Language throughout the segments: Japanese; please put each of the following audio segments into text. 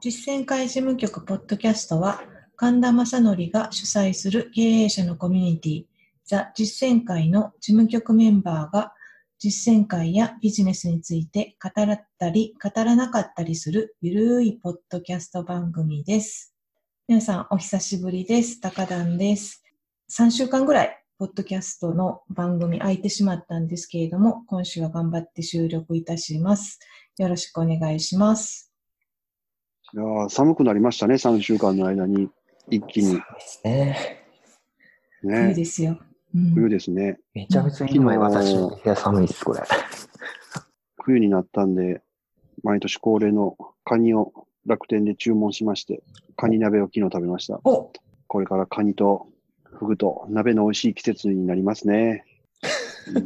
実践会事務局ポッドキャストは、神田正則が主催する経営者のコミュニティ、ザ・実践会の事務局メンバーが、実践会やビジネスについて語ったり、語らなかったりするゆるいポッドキャスト番組です。皆さん、お久しぶりです。高段です。3週間ぐらい、ポッドキャストの番組空いてしまったんですけれども、今週は頑張って収録いたします。よろしくお願いします。いやー寒くなりましたね、3週間の間に、一気に。ですね。冬ね、ですよ。うん冬ですね。めちゃめちゃ今、私の部屋寒いです、これ。冬になったんで、毎年恒例のカニを楽天で注文しまして、カニ鍋を昨日食べました。おこれからカニとフグと鍋の美味しい季節になりま すね。うん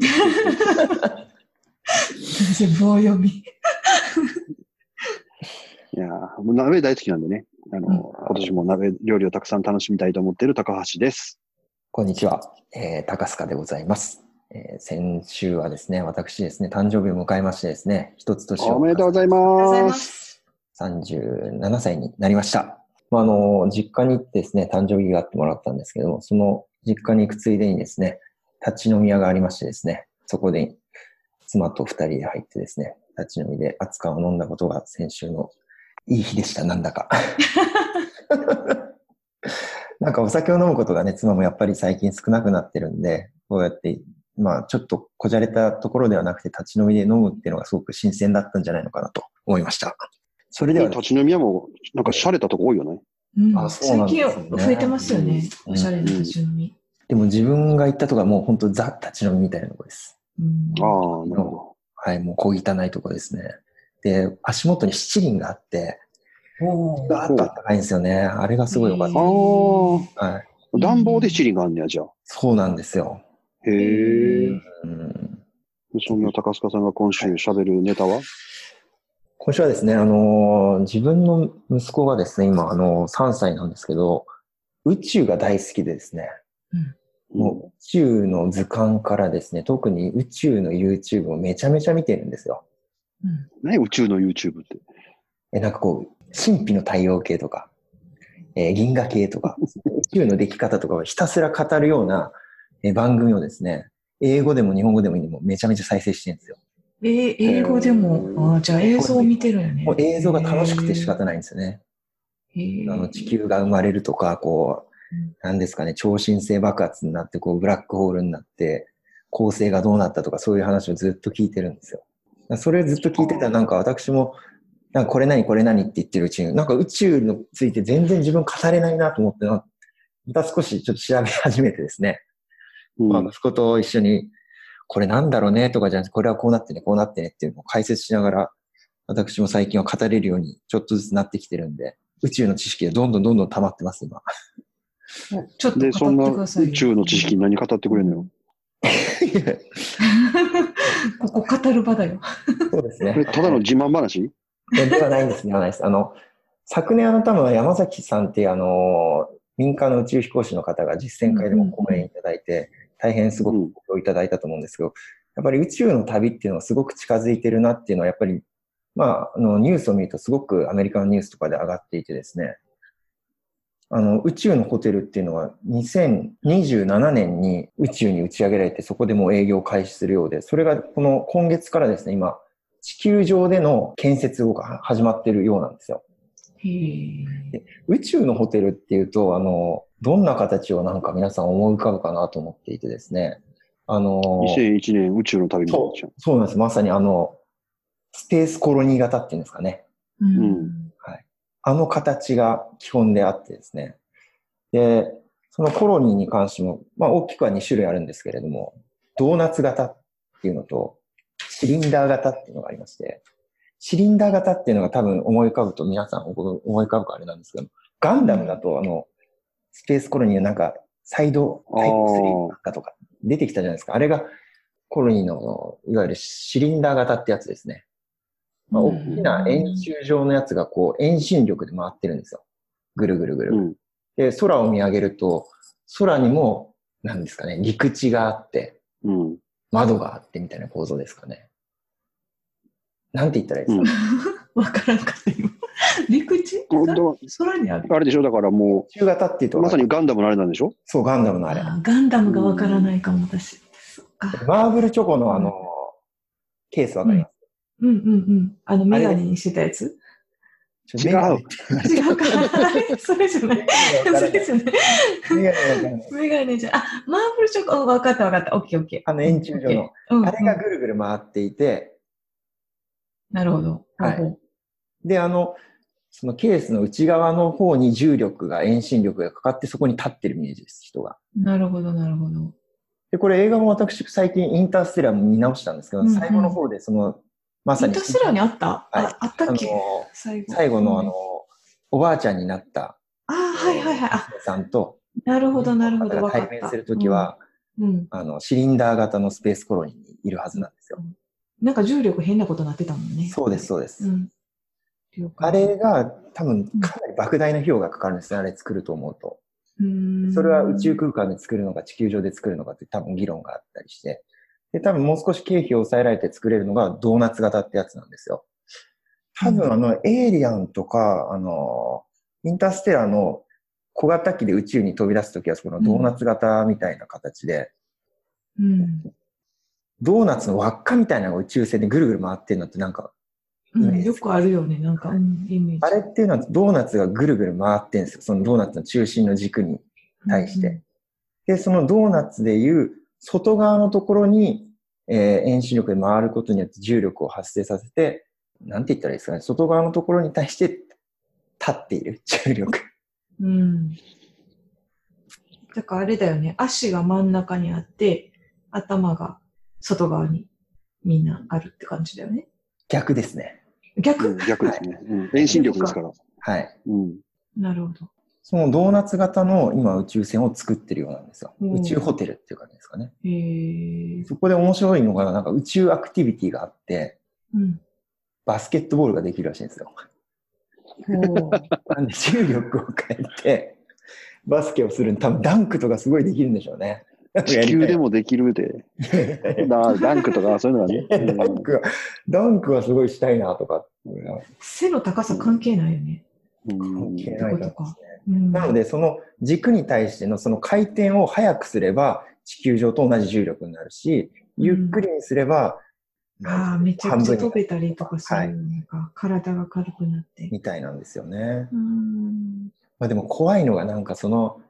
全然棒読み。いやーもう鍋大好きなんでね、あの、うん今年も鍋料理をたくさん楽しみたいと思っている高橋です。こんにちは、えー、高須賀でございます、えー先週はですね、私ですね、誕生日を迎えましてですね、一つ年をおめでとうございおはようございま。ますす。 37歳になりました。まあ、あの、実家に行ってですね、誕生日があってもらったんですけども、その実家に行くついでにですね、立ち飲み屋がありましてですね、そこで妻と二人で入ってですね、立ち飲みで熱燗を飲んだことが先週のいい日でした、なんだか。なんかお酒を飲むことがね、妻もやっぱり最近少なくなってるんで、こうやって、まあちょっとこじゃれたところではなくて立ち飲みで飲むっていうのがすごく新鮮だったんじゃないのかなと思いました。それでいいは、立ち飲み屋も、なんか洒落たとこ多いよね。うんあそうな最ん近ですね増えてますよね。うんおしゃれな趣味。でも自分が行ったとこはもう本当ザ立ち飲みみたいなとこです。うんああ、なるほはい、もう小汚いとこですね。で、足元に七輪があって、おーガーッとあったかいんですよね。あれがすごい良かっあーた。はい。ど。暖房で七輪があんねや、じゃあ。そうなんですよ。へえ。うんそんな高須賀さんが今週喋るネタは、今週はですね、あのー自分の息子がですね、今、あのー3歳なんですけど、宇宙が大好きでですね、ももう宇宙の図鑑からですね、特に宇宙の YouTube をめちゃめちゃ見てるんですよ。うんう、ね、宇宙の YouTube って。え、なんかこう、神秘の太陽系とか、えー銀河系とか、宇宙の出来方とかをひたすら語るような、えー番組をですね、英語でも日本語でもいいんで、もうめちゃめちゃ再生してるんですよ。えー英語でも、あーじゃあ映像を見てるよねもう。映像が楽しくて仕方ないんですよね。へーあの地球が生まれるとか、こううん、なんですかね、超新星爆発になって、こう、ブラックホールになって、恒星がどうなったとか、そういう話をずっと聞いてるんですよ。だからそれずっと聞いてたら、なんか私も、なんかこれ何これ何って言ってるうちに、なんか宇宙について全然自分語れないなと思ってな、また少しちょっと調べ始めてですね、うんまあ、息子と一緒に、これなんだろうねとかじゃなくて、これはこうなってね、こうなってねっていうのを解説しながら、私も最近は語れるように、ちょっとずつなってきてるんで、宇宙の知識がどんどんどんどん溜まってます、今。ちょっとで、そん語っなてくださいよ。宇宙の知識何語ってくれるのよ。 ここ語る場だよ。 そうですこれ ね。ただの自慢話いやではないんですね、ではないです。あの、昨年あの、多分山崎さんっていうあの、民間の宇宙飛行士の方が実践会でも講演いただいて、大変すごうくん。ご好評いただいたと思うんですけど、やっぱり宇宙の旅っていうのがすごく近づいてるなっていうのは、やっぱり、まあ、あのニュースを見るとすごくアメリカのニュースとかで上がっていてですね、あの宇宙のホテルっていうのは2027年に宇宙に打ち上げられて、そこでもう営業を開始するようで、それがこの今月からですね、今、地球上での建設が始まってるようなんですよ。へー宇宙のホテルっていうと、あの、どんな形をなんか皆さん思い浮かぶかなと思っていてですね、あの、 2001年宇宙の旅みたいなやつじゃん。そうなんです。まさにあの、スペースコロニー型っていうんですかね。うん。あの形が基本であってですね。で、そのコロニーに関しても、まあ大きくは2種類あるんですけれども、ドーナツ型っていうのと、シリンダー型っていうのがありまして、シリンダー型っていうのが多分思い浮かぶと皆さん思い浮かぶかあれなんですけど、ガンダムだとあの、スペースコロニーのなんか、サイドタイプ3かとか出てきたじゃないですか。あれがコロニーの、いわゆるシリンダー型ってやつですね。まあ、大きな円柱状のやつがこう遠心力で回ってるんですよ。ぐるぐるぐる。うん。で、空を見上げると、空にも、なんですかね、陸地があって、うん。窓があってみたいな構造ですかね。なんて言ったらいいですか、うんわからんかった、今。陸地これだか空にあるらあれでしょだからも中型っていうう、と、まさにガンダムのあれなんでしょそう、ガンダムのあれ。あガンダムがわからないかも、私。そっか。マーブルチョコのあの、ケースわかります、うんうんうん。あの、メガネにしてたやつ 違うメガネ違 うか。あれそれじゃない。それじゃない。メガネわからないメガネじゃ、あ、マーブルチョコ、わかったわかった。オッケーオッケー。あの円柱状の。うん、あれがぐるぐる回っていて、なるほど。はいほうほうで、あの、そのケースの内側の方に重力が、遠心力がかかって、そこに立ってるイメージです、人が。なるほど、なるほど。で、これ映画も私、最近インターステラーも見直したんですけど、うんうん最後の方で、その、まイさンに、ターステラーにあった、はいああったっけあの最後。最後のあうのん、おばあちゃんになった、あー、はいはいはい。あ、娘さんと、なるほど、なるほど。わか対っ面た。するときは、うん、うん。あの、シリンダー型のスペースコロニーにいるはずなんですよ。なんか重力変なことなってたもんね。そうです、そうです。うん。了解あれが多分かなり莫大な費用がかかるんですね、あれ作ると思うと。うーんそれは宇宙空間で作るのか地球上で作るのかって多分議論があったりして。で、多分もう少し経費を抑えられて作れるのがドーナツ型ってやつなんですよ。多分あの、エイリアンとか、あの、インターステラーの小型機で宇宙に飛び出すときは、そのドーナツ型みたいな形で、うん。ドーナツの輪っかみたいなのが宇宙船でぐるぐる回ってるのってなんか、うイメーん、ジよくあるよね、なんか、うん、イメージ。あれっていうのはドーナツがぐるぐる回ってるんですよ。そのドーナツの中心の軸に。対して。で、そのドーナツでいう外側のところに、えー遠心力で回ることによって重力を発生させて、なんて言ったらいいですかね、外側のところに対して立っている重力。うん。うん。だからあれだよね、足が真ん中にあって、頭が外側にみんなあるって感じだよね。逆ですね。う逆ん逆ですね。 うん遠心力ですから。はい。うん。なるほど。そのドーナツ型の今宇宙船を作ってるようなんですよ。うん宇宙ホテルっていう感じですかね。へえ。そこで面白いのが、なんか宇宙アクティビティがあって、うん。バスケットボールができるらしいんですよ。こう。なんで重力を変えて、バスケをするの、多分ダンクとかすごいできるんでしょうね。地球でもできるで。 だダンクとかそういうのがね。 ダンクは、ダンクはすごいしたいなとか、背の高さ関係ないよね。うん関係ないからですねうん。なので、その軸に対してのその回転を速くすれば、地球上と同じ重力になるし、ゆっくりにすれば、ああ、めちゃくちゃ飛べたりとかするのか、体が軽くなって。みたいなんですよね。うん。まあでも怖いのがなんかその、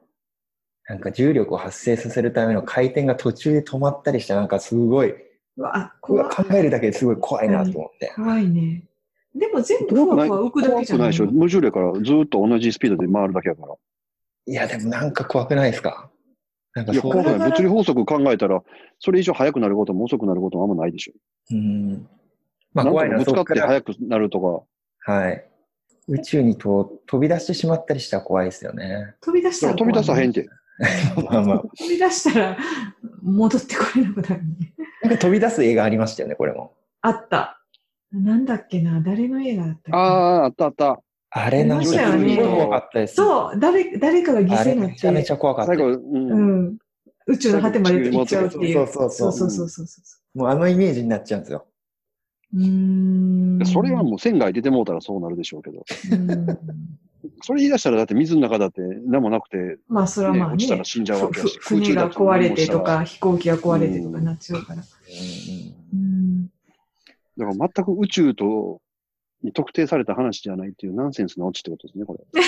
なんか重力を発生させるための回転が途中で止まったりして、なんかすごい、うわ、あうわ怖い考えるだけですごい怖いなと思って。怖いね。でも全部ふ怖くわないふわ浮くだ怖けじくゃなないいでしょ。無重力からずっと同じスピードで回るだけやから。いや、でもなんか怖くないですかなんかいや、そう怖くだかない。ら物理法則考えたら、それ以上速くなることも遅くなることもあんまないでしょ。うん。まあなん怖いかな、ぶつそかこっかてら。速くなるとか。はい。宇宙にと飛び出してしまったりしたら怖いですよね。飛び出しだたからら飛怖いびね出さへんて。まあまあ。飛び出したら戻ってこれなくなるね。なんか飛び出す映画ありましたよね、これも。あった。なんだっけな、誰の映画だったあかあ、あったあった。あれなんかすありまごしいたよね怖かったです。そう、誰誰かが犠あ牲れになめちゃめっちて、ゃ怖かった最後、です。ううん。ん、宇宙の果てまで行っちゃうっていう。そうそそううそそううそうそうそう。もうあのイメージになっちゃうんですよ。うーん。それはもう船外出てもうたらそうなるでしょうけど。うん。それ言い出したらだって水の中だって何もなくて、ね、まあ、それはまあ落ちたねら。死んじゃうわけだし。ふ船だがってもう壊れてと落ちたら。か、飛行機が壊れてとかなっちゃう から。うんうん。だから全く宇宙と、に特定された話じゃないっていうナンセンスなオチってことですね、これ。うん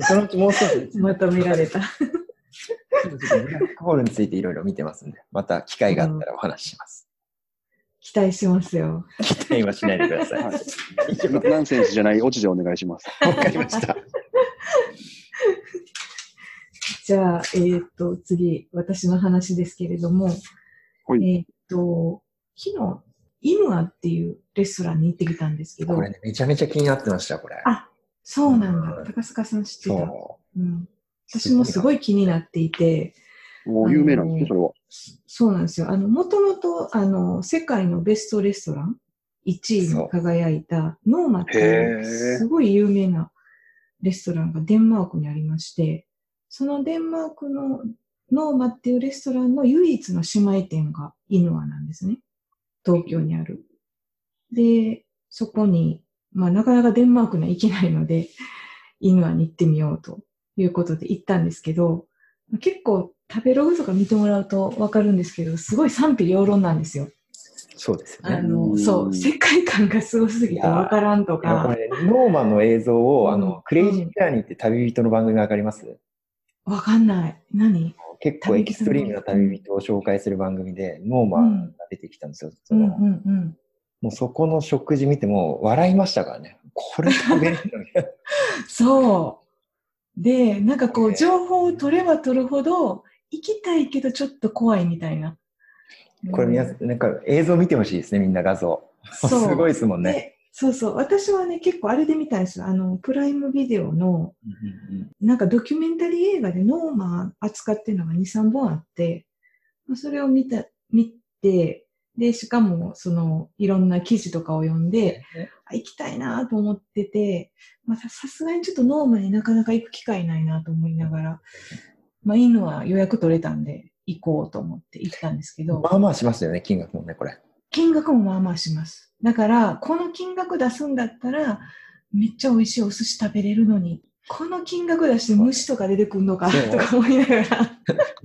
そのうちもう少し、また見られた。ブラックホールについていろいろ見てますんで、また機会があったらお話しします。期待してますよ。期待はしないでください。はわいなナンセンスじゃないオチでお願いします。かりました。じゃあ、えーっと、次、私の話ですけれども、はいえーっと、昨日、イムアっていうレストランに行ってきたんですけどこ、れね、めちゃめちゃ気になってました、これ。あそうなんだう、ん高須賀さん知ってた。そうん、私もすごい気になっていて、もう有名なんですね、それは。そうなんですよ。あの、もともと、あの、世界のベストレストラン1位に輝いたノーマっていう、へーすごい有名なレストランがデンマークにありまして、そのデンマークのノーマっていうレストランの唯一の姉妹店がイヌアなんですね。東京にある。で、そこに、まあ、なかなかデンマークには行けないので、インアに行ってみようということで行ったんですけど、結構食べログとか見てもらうとわかるんですけど、すごい賛否両論なんですよ。そうですよあね。の、うんそう、世界観がすごすぎてわからんといやこか、れ、ノーマンの映像うんを、あの、クレイジージャーニーって旅人の番組わかりますわかんない。何結構エキストリームな旅人を紹介する番組で、ノーマンが出てきたんですよ。そうんうのんうん。もうそこの食事見てもう笑いましたからね。これ食べれるのみたい なそう。で、なんかこう、ね情報を取れば取るほど、行きたいけどちょっと怖いみたいな。これ皆うさんん、なんか映像見てほしいですね、みんな画像。すそうごいですもんね。でそうそう。私はね、結構あれで見たんですよ。あの、プライムビデオの、うんうんうんなんかドキュメンタリー映画でノーマン扱ってるのが2、3本あって、まあそれを見た、見て、で、しかも、その、いろんな記事とかを読んで、あ行きたいなと思ってて、まあ、ささすがにちょっとノーマンになかなか行く機会ないなと思いながら、まあ、犬は予約取れたんで、行こうと思って行ったんですけど、まあまあしましたよね、金額もね、これ。金額もまあまあします。だから、この金額出すんだったら、めっちゃ美味しいお寿司食べれるのに、この金額出して虫とか出てくるのかそうとか思いながら、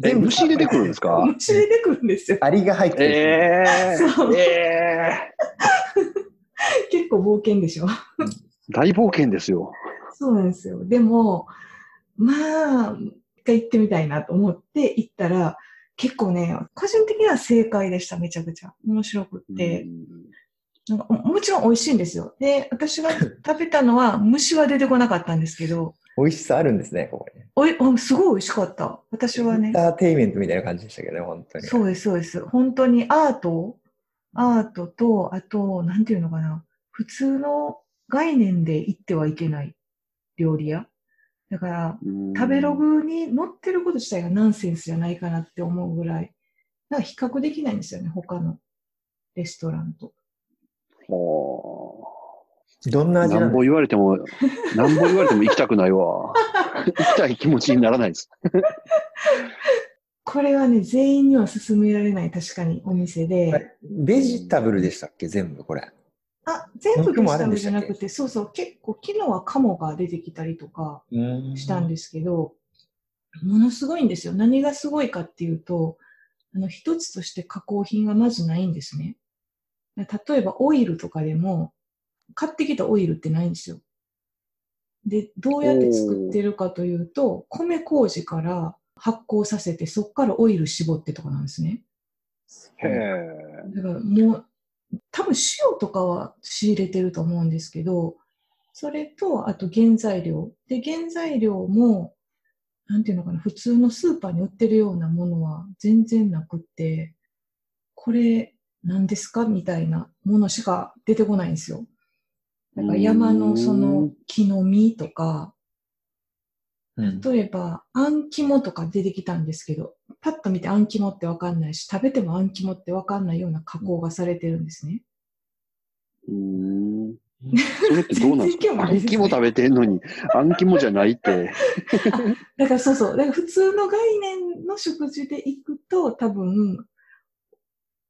え、虫出てくるんですか虫出てくるんですよ。アリが入ってるんですよえそうー、え結構冒険でしょ。ー、大冒険ですよ。そうなんですよ。でも、まあ、一回行ってみたいなと思って行ったら、結構ね、個人的には正解でした、めちゃくちゃ。面白くって。なんかももちろん美味しいんですよ。で、私が食べたのは虫は出てこなかったんですけど、美味しさあるんですね、ここに。おい、おすごい美味しかった。私はエねンタ、ーテインメントみたいな感じでしたけどね、本当に。そうです、そうです。本当にアート、アートと、あと、なんていうのかな、普通の概念で行ってはいけない料理屋。だから、うん食べログに載ってること自体がナンセンスじゃないかなって思うぐらい、なんか比較できないんですよね、他のレストランと。ほどんなー味ななんんぼで言われ ても、なんぼ言われても行きたくないわ。行きたい気持ちにならないです。これはね、全員には勧められない、確かに、お店で。すかベジタブルでしたっけ、全部これ。あ、全部肉ベジもあタるんブルでじしゃたっなけくて、そうそう、結構、昨日は鴨が出てきたりとか、したんですけど、ものすごいんですよ。何がすごいかっていうと、あの、一つとして加工品がまずないんですね。例えばオイルとかでも、買ってきたオイルってないんですよ。で、どうやって作ってるかというと、米麹から発酵させて、そこからオイル絞ってとかなんですね。へへえ。だからもう、多分塩とかは仕入れてると思うんですけど、それと、あと原材料。で、原材料も、なんていうのかな、普通のスーパーに売ってるようなものは全然なくって、これ何ですかみたいなものしか出てこないんですよ。だから山のそうのん木の実とか、うん例えば、あん肝とか出てきたんですけど、パッと見てあん肝ってわかんないし、食べてもあん肝ってわかんないような加工がされてるんですね。 うん。それってどうなんで全然す興味かなあいでんすね肝食べてんのに、あん肝じゃないって。だからそうそう、だから普通の概念の食事で行くと、多分、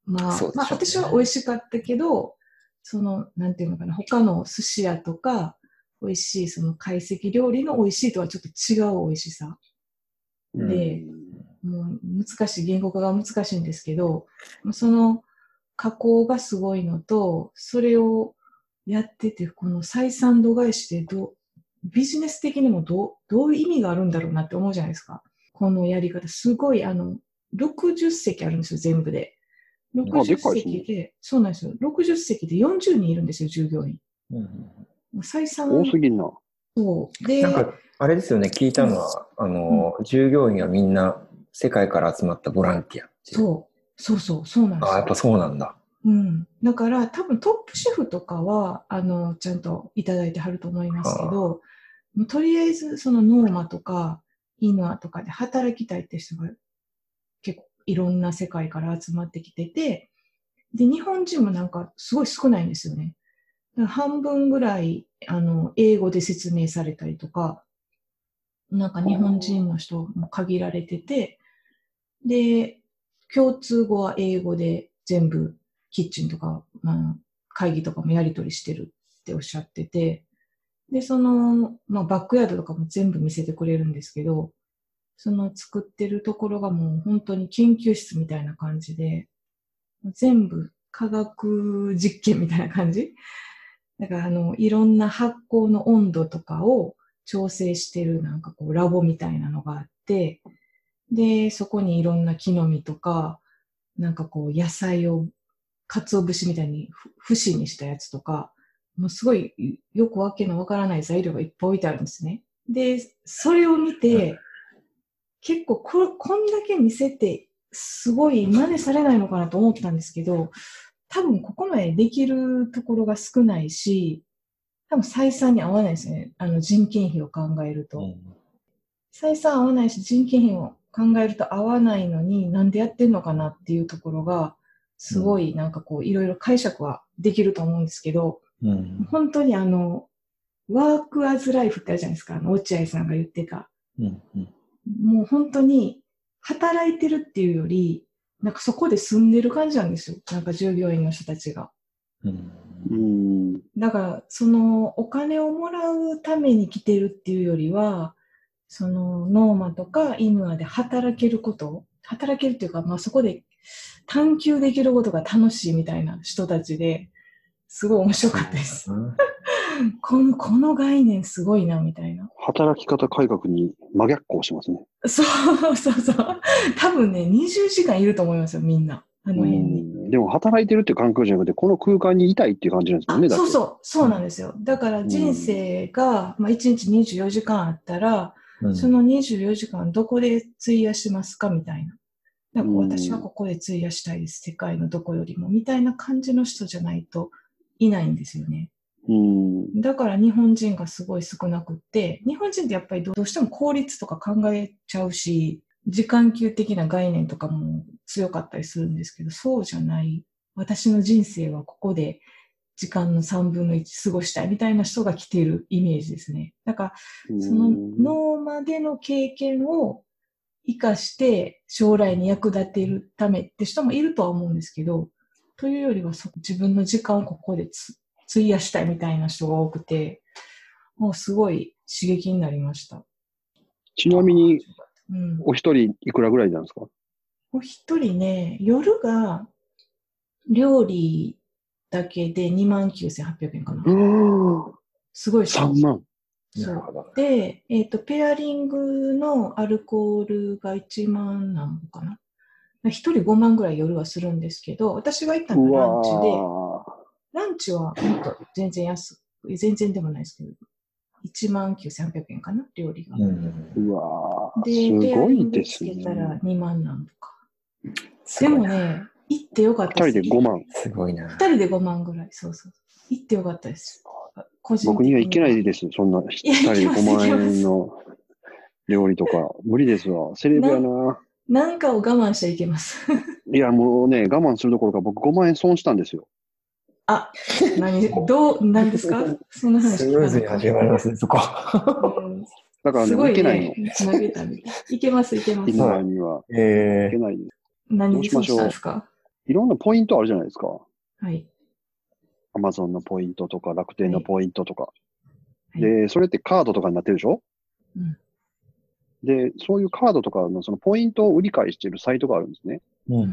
まあ、そうでしょうねまあ私は美味しかったけど、その、なんていうのかな、他の寿司屋とか、美味しい、その懐石料理の美味しいとはちょっと違う美味しさ。うんでもう難しい、言語化が難しいんですけど、その加工がすごいのと、それをやってて、この採算度外視でどう、ビジネス的にもどう、どういう意味があるんだろうなって思うじゃないですか。このやり方、すごい、あの、60席あるんですよ、全部で。あで60かいです席ねで、そうなんですよ。60席で40人いるんですよ、従業員。うんうんもう採算多すぎんな。そう。で、なんか、あれですよね、聞いたのは、あの、従業員はみんな世界から集まったボランティアっていう。そう、そうそう、そうなんですよああ、やっぱそうなんだ。うん、だから多分トップシェフとかはあのちゃんといただいてはると思いますけど、もうとりあえずそのノーマとかイノアとかで働きたいって人が結構いろんな世界から集まってきてて、で、日本人もなんかすごい少ないんですよね。だから半分ぐらいあの英語で説明されたりとか、なんか日本人の人も限られてて、で、共通語は英語で全部キッチンとか、まあ、会議とかもやり取りしてるっておっしゃってて、で、その、まあ、バックヤードとかも全部見せてくれるんですけど、その作ってるところがもう本当に研究室みたいな感じで、全部科学実験みたいな感じだからあの、いろんな発酵の温度とかを調整してるなんかこうラボみたいなのがあって、で、そこにいろんな木の実とか、なんかこう野菜を、鰹節みたいに節にしたやつとか、もうすごいよくわけのわからない材料がいっぱい置いてあるんですね。で、それを見て、結構これ、こんだけ見せて、すごい真似されないのかなと思ったんですけど、多分ここまでできるところが少ないし、多分採算に合わないですね。あの人件費を考えると。うん、採算合わないし、人件費を考えると合わないのに、なんでやってんのかなっていうところが、すごいなんかこう、いろいろ解釈はできると思うんですけど、うん、本当にあの、ワークアズライフってあるじゃないですか、あの落合さんが言ってた。うんうん、もう本当に、働いてるっていうより、なんかそこで住んでる感じなんですよ。なんか従業員の人たちが。うん、だから、そのお金をもらうために来てるっていうよりは、そのノーマとかイムアで働けること、働けるっていうか、まあそこで探求できることが楽しいみたいな人たちで、すごい面白かったです。この、この概念すごいな、みたいな。働き方改革に真逆行しますね。そうそうそう。多分ね、20時間いると思いますよ、みんな。あの辺に。でも働いてるっていう環境じゃなくて、この空間にいたいっていう感じなんですよね、そうそう、そうなんですよ。だから人生が、まあ、1日24時間あったら、うん、その24時間どこで費やしますか、みたいな。だから私はここで費やしたいです、世界のどこよりも、みたいな感じの人じゃないといないんですよね。うん、だから日本人がすごい少なくって、日本人ってやっぱりどうしても効率とか考えちゃうし、時間給的な概念とかも強かったりするんですけど、そうじゃない。私の人生はここで時間の3分の1過ごしたいみたいな人が来てるイメージですね。だから、そのノーマでの経験を活かして将来に役立てるためって人もいるとは思うんですけど、というよりは自分の時間をここで費やしたいみたいな人が多くて、もうすごい刺激になりました。ちなみに、お一人いくらぐらいなんですか、うん、お一人ね、夜が料理だけで29,800円かな。すごいす。3万。、そうで、えっ、ー、と、ペアリングのアルコールが1万なのかな。一人5万ぐらい夜はするんですけど、私が行ったのはランチで、ランチはもっと全然安く、全然でもないですけど、1万9800円かな、料理が。うんうわで、すごいですね。つけたら2万なんとか。でもね、行ってよかったです。2人で5万。すごいな。 2人で5万ぐらい、そうそう。行ってよかったです。個人僕には行けないです、そんな。2人で5万円の料理とか。無理ですわ。セレブやな。なんかを我慢しちゃいけます。いや、もうね、我慢するどころか、僕5万円損したんですよ。あ、何、どう、何ですかそんな話聞かない。始まりますね、そこ。だからね、いけないの。投げたいけます、いけます。今には。ええー。いけないです。何にしましょう。いろんなポイントあるじゃないですか。はい。アマゾンのポイントとか、楽天のポイントとか。はい、で、それってカードとかになってるでしょ、うん、で、そういうカードとかのそのポイントを売り買いしているサイトがあるんですね。うん、うん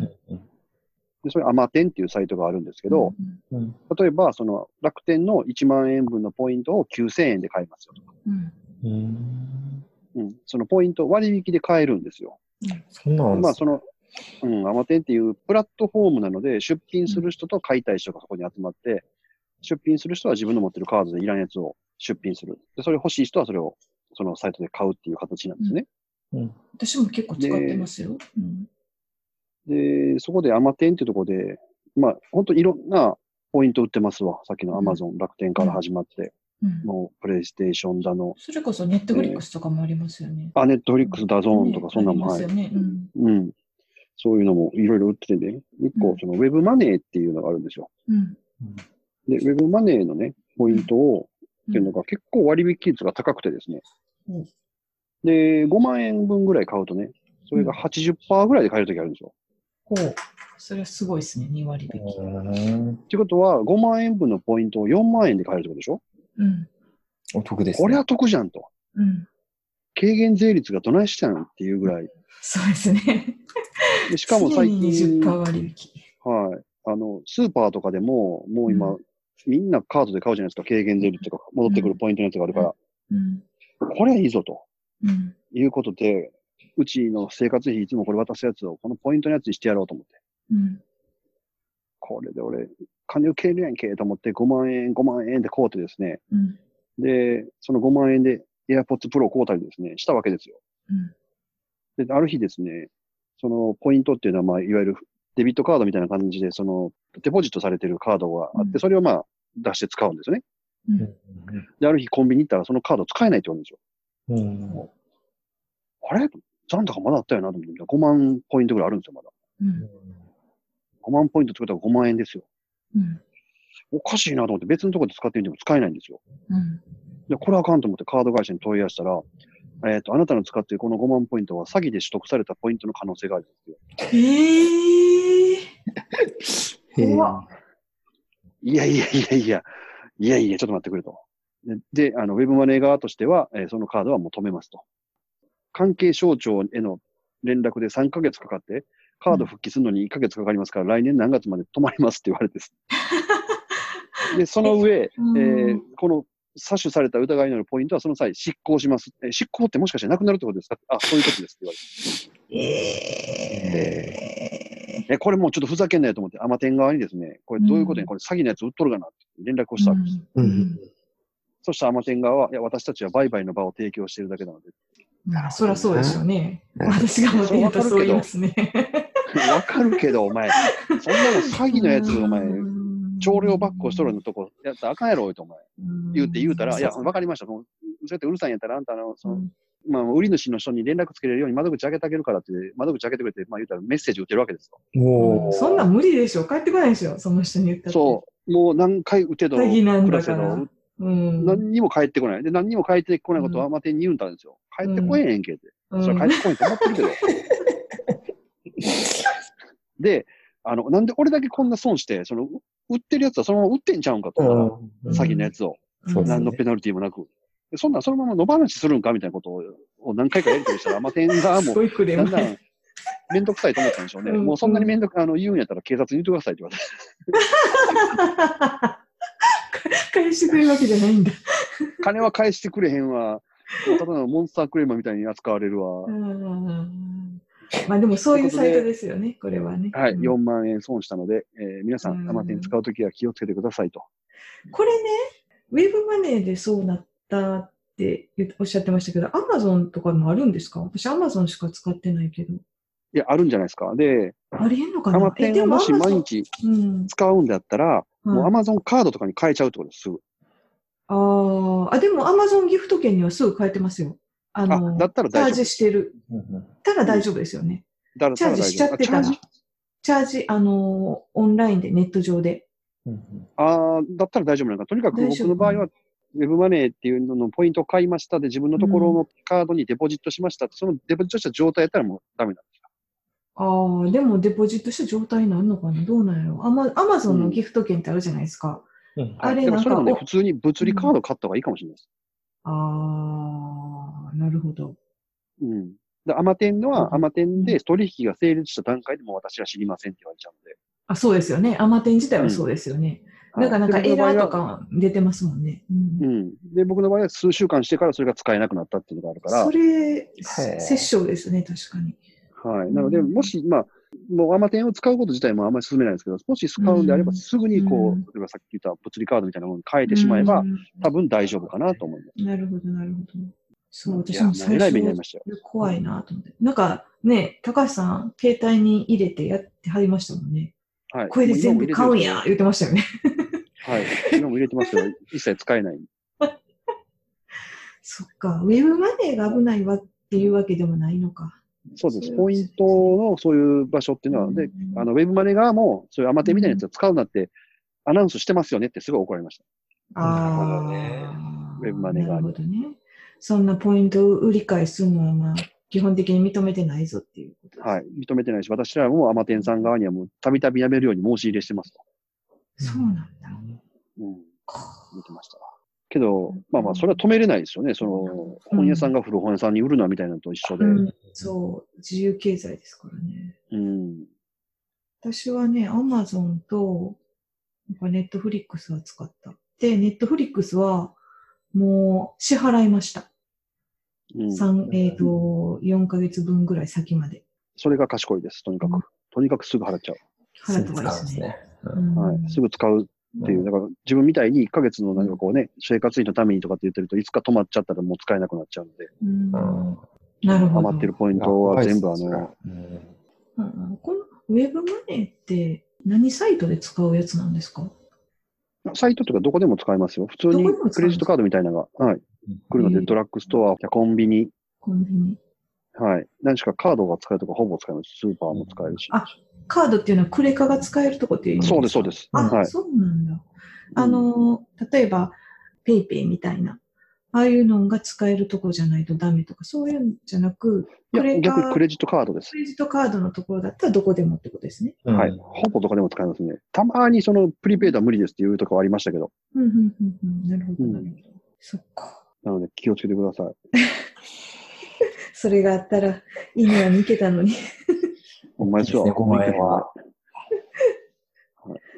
で、それアマテンっていうサイトがあるんですけど、うんうん、例えば、その楽天の1万円分のポイントを9000円で買いますよとか。うん、うん、そのポイント割引で買えるんですよ。そんなまあ、その、うん、アマテンっていうプラットフォームなので、出品する人と買いたい人がそこに集まって、出品する人は自分の持ってるカードでいらんやつを出品する。で、それ欲しい人はそれを、そのサイトで買うっていう形なんですね。うん、私も結構使ってますよ。うんで、そこでアマテンっていうところで、まあ、本当いろんなポイント売ってますわ。さっきのアマゾン、楽天から始まって、うん、もうプレイステーションだの。それこそネットフリックスとかもありますよね。あ、ネットフリックスだゾーンとか、そんなもん、はい、ね、うん、うん。そういうのもいろいろ売っててね、一個、そのウェブマネーっていうのがあるんですよ。うん、で、ウェブマネーのね、ポイントを、っていうのが結構割引率が高くてですね。うん、で、5万円分ぐらい買うとね、それが80%ぐらいで買えるときあるんですよ。おうそれはすごいですね、2割引き。うん。てことは、5万円分のポイントを4万円で買えるってことでしょうん。お得です、ね。これは得じゃんと。うん。軽減税率がどないしちゃうんっていうぐらい。そうですね。でしかも最常に近、 20%はい。割引き。あの、スーパーとかでも、もう今、うみんなカードで買うじゃないですか。軽減税率とか、戻ってくるポイントのやつがあるから、うん。これいいぞとうん。いうことで、うちの生活費いつもこれ渡すやつを、このポイントのやつにしてやろうと思って。うん。これで俺、金受けるやんけと思って、5万円、5万円って買うてですね。うん。で、その5万円で AirPods Pro を買うたりですね、したわけですよ。うん。で、ある日ですね、そのポイントっていうのは、まあ、いわゆるデビットカードみたいな感じで、その、デポジットされてるカードがあっうんて、それをまあ、出して使うんですよね。うん。で、ある日コンビニ行ったら、そのカード使えないって言われるんですよ。うん。あれ残高まだあったよなと思って、5万ポイントぐらいあるんですよ、まだ。うん。 5万ポイント作ったら5万円ですよ。うん。おかしいなと思って、別のところで使ってみても使えないんですよ。うん。で、これあかんと思ってカード会社に問い合わせたら、えっ、と、あなたの使っているこの5万ポイントは詐欺で取得されたポイントの可能性があるんですよ。ええへえ怖いやいやいやいや、いやいや、ちょっと待ってくれと。で、であのウェブマネー側としては、えーそのカードはもう止めますと。関係省庁への連絡で3ヶ月かかって、カード復帰するのに1ヶ月かかりますから、来年何月まで止まりますって言われてです。で、その上、えうんーこの詐取された疑いのあるポイントはその際執行します。えー執行ってもしかしてなくなるってことですかあ、そういうことですって言われて。えええーこれもうちょっとふざけんなよと思って、アマテン側にですね、これどういうことうに、んこれ詐欺のやつ売っとるかなって連絡をしたわけです。ううんん。そしたらアマテン側は、いや、私たちは売買の場を提供しているだけなので。まあ、そりゃそうでしょうね。うん私がもそうわうかるけどそう言いますね。わかるけど、お前、そんなの詐欺のやつ、お前、朝朝領ばっこしとるのとこやったらあかんやろ、おいと、お前。言うて言うたら、いや、わかりました。もうそうやってうるさいんやったら、あんたの、その、まあ、売り主の人に連絡つけれるように窓口開けてあげるからって、窓口開けてくれて、まあ、言うたらメッセージ打てるわけですよ。うもんう。そんなん無理でしょ。帰ってこないでしょ。その人に言ったら。そう。もう何回打てど、詐欺なん暮だからせらど、。うん。何にも返ってこない。で、何にも返ってこないことうんはアマテンに言うんだんですよ。返ってこえへんけって。うんそれは返ってこへんと思っ てるけど。で、あの、なんで俺だけこんな損して、その、売ってるやつはそのまま売ってんちゃうんかと。うん詐欺のやつを。そうですね何のペナルティもなく。でそんなんそのまま野放しするんかみたいなことをを何回かやりとりしたら、 アマテン側すも、ごいクレだーんムだね。ん、めんどくさいと思ったんでしょうね。うんもうそんなにめんどく、あの、言うんやったら警察に言ってくださいって言われて。 返してくれるわけじゃないんだ。金は返してくれへんわ。もうただのモンスタークレーマーみたいに扱われるわう。んまあでもそういうサイトですよね、これはね。はい、うん4万円損したので、えー皆さ、うんんアマテン使うときは気をつけてくださいと。これね、ウェブマネーでそうなったって言うおっしゃってましたけど、アマゾンとかもあるんですか私、アマゾンしか使ってないけど。いや、あるんじゃないですか。で、ありえんのかアマなテンをもし毎日うん使うんだったら、もうはアいマゾンカードとかに変えちゃうってことです、すぐ。あーあ、でもアマゾンギフト券にはすぐ変えてますよ。ああの、、だったらチャー大丈夫ジ。してる。たら大丈夫ですよね。だらチャージしちゃってたらだら大丈夫チャージ、あのーオンラインで、ネット上で。あチャージあー、だったら大丈夫なのか。とにかく大僕丈夫の場合は、ウェブマネーっていうののポイントを買いましたで、自分のところのカードにデポジットしましたって、そのデポジットした状態やったらもうダメなんですよ。ああ、でもデポジットした状態になるのかなどうなんやろアマアマゾンのギフト券ってあるじゃないですか。あれだからそれもなんね、か普通に物理カード買った方がいいかもしれないです。ああ、なるほど。うん。だアマテンのうんは、アマテンで取引が成立した段階でもう私は知りませんって言われちゃうんで。あ、そうですよね。アマテン自体はそうですよね。だからなんかはいエラーと。で僕の場合はか出てますもんね。うんうん。で、僕の場合は数週間してからそれが使えなくなったっていうのがあるからそ。れ、へえ殺生ですね、確かに。はい。なので、もし、まあ、もうアマテンを使うこと自体もあんまり進めないですけど、もし使うんであれうば、んすぐにこう、うん例えばさっき言った物理カードみたいなものに変えてしまえば、うん多分大丈夫かなと思います。なるほど、なるほど。そう、い私や、ももう最えらい初目になりましたよ。怖いなと思って。なんかね、高橋さん、携帯に入れてやってはりましたもんね。はい。これで全部買うんや、言ってましたよね。はい。今も入れてますけど、一切使えない。そっか、ウェブマネーが危ないわっていうわけでもないのか。そうです。そうポイントのそういう場所っていうのは、で、あの、ウェブマネー側も、そういうアマテンみたいなやつを使うなって、アナウンスしてますよねってすごい怒られました。ああ、なるほどねウェブマネーがなるほどね。そんなポイントを売り買いするのは、まあ、基本的に認めてないぞっていうことです。はい。認めてないし、私らもアマテンさん側にはもう、たびたびやめるように申し入れしてますと。そうなんだ。うん。見てました。けど、まあまあ、それは止めれないですよね。その、うん本屋さんが古本屋さんに売るなみたいなのと一緒で。うん、そう、自由経済ですからね。うん。私はね、アマゾンと、ネットフリックスは使った。で、ネットフリックスは、もう、支払いました。うん。三えっ、と、4ヶ月分ぐらい先まで。それが賢いです、とにかく。うんとにかくすぐ払っちゃ払ったすぐ方がいいで使うんですすね。ね。ううんんう。はい。すぐ使うっていう。だから、自分みたいに1ヶ月のなんかこうね、生活費のためにとかって言ってると、いつか止まっちゃったらもう使えなくなっちゃうんで、うんうんなるほど。余ってるポイントは全部あの、、うんうんうんこのウェブマネーって何サイトで使うやつなんですかサイトとかどこでも使えますよ。普通にどこでも使えますクレジットカードみたいなのが、はい。来るのうで、んドラッグストア、コンビニ、コンビニ。はい。何しかカードが使えるとかほぼ使えます。スーパーも使えるし。あカードっていうのはクレカが使えるとこっていう意味。そうです、そうですす。あ、はい。そうなんだ。あの、例えば、ペイペイみたいな、ああいうのが使えるとこじゃないとダメとか、そういうんじゃなく、クいや、レカ、逆にククレレジットカードです。ジットカードのところだったらどこでもってことですね。うんはい。ほぼどこでも使えますね。たまにそのプリペイドは無理ですっていうとかはありましたけど。うん、うん、うん、うん。なるほど、うんなるほど。そっか。なので気をつけてください。それがあったら、いいのは見けたのに。お前そそう。うですね、5万円は。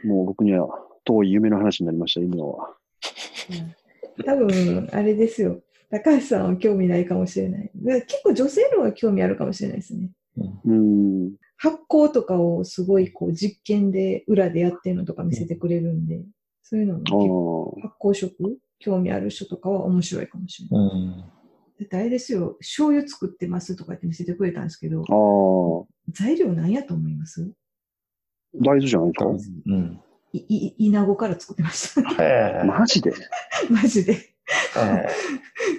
もう僕には遠い夢の話になりました、今は。多分、あれですよ。高橋さんは興味ないかもしれない。で結構女性の方が興味あるかもしれないですね。うーん。発酵とかをすごいこう実験で裏でやってるのとか見せてくれるんで、そういうのもあ結構ー発酵食興味ある人とかは面白いかもしれない。うんだってあれですよ、醤油作ってますとかって見せてくれたんですけどあ、ー。材料なんやと思います大豆じゃないか。うん。い、い、イナゴから作ってました。 ええマジでマジで。え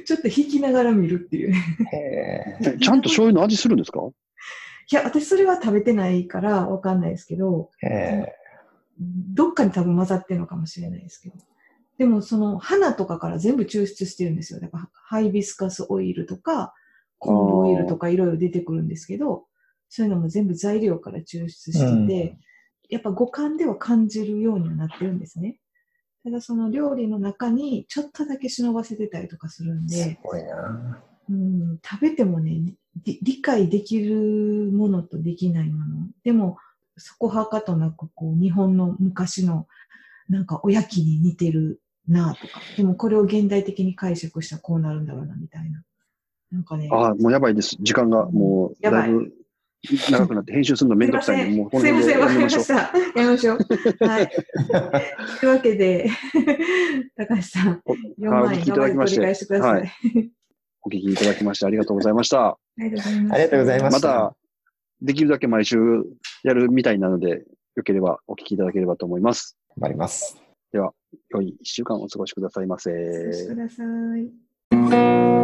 ちょっと引きながら見るっていうね。えええちゃんと醤油の味するんですかいや、私それは食べてないからわかんないですけど、ええどっかに多分混ざってるのかもしれないですけど。でもその花とかから全部抽出してるんですよ。だからハイビスカスオイルとか、昆布オイルとかいろいろ出てくるんですけど、そういうのも全部材料から抽出してて、うんやっぱ五感では感じるようにはなってるんですね。ただその料理の中にちょっとだけ忍ばせてたりとかするんすで、ごいな。うん、食べてもね、り理解できるものとできないもの。でも、そこはかとなく、こう、日本の昔の、なんか、おやきに似てるなとか。でも、これを現代的に解釈したらこうなるんだろうな、みたいな。なんかね。ああ、もうやばいです。時間がもうやばだいいぶ長くなって、編集するのめんどくさいんで、もうこのすいま辺でせん、やわかめりまましょうし。た。やめましょ う。はい。というわけで、高橋さん、4はいお万聞円きいただき頑張まっしてお願いしてください。はいお聞きいただきましてありがとうございました。ありがとうございました。ありがとうございまましたた、できるだけ毎週やるみたいなので、よければお聞きいただければと思います。頑張ります。良い一週間お過ごしくださいませ。お過ごしください。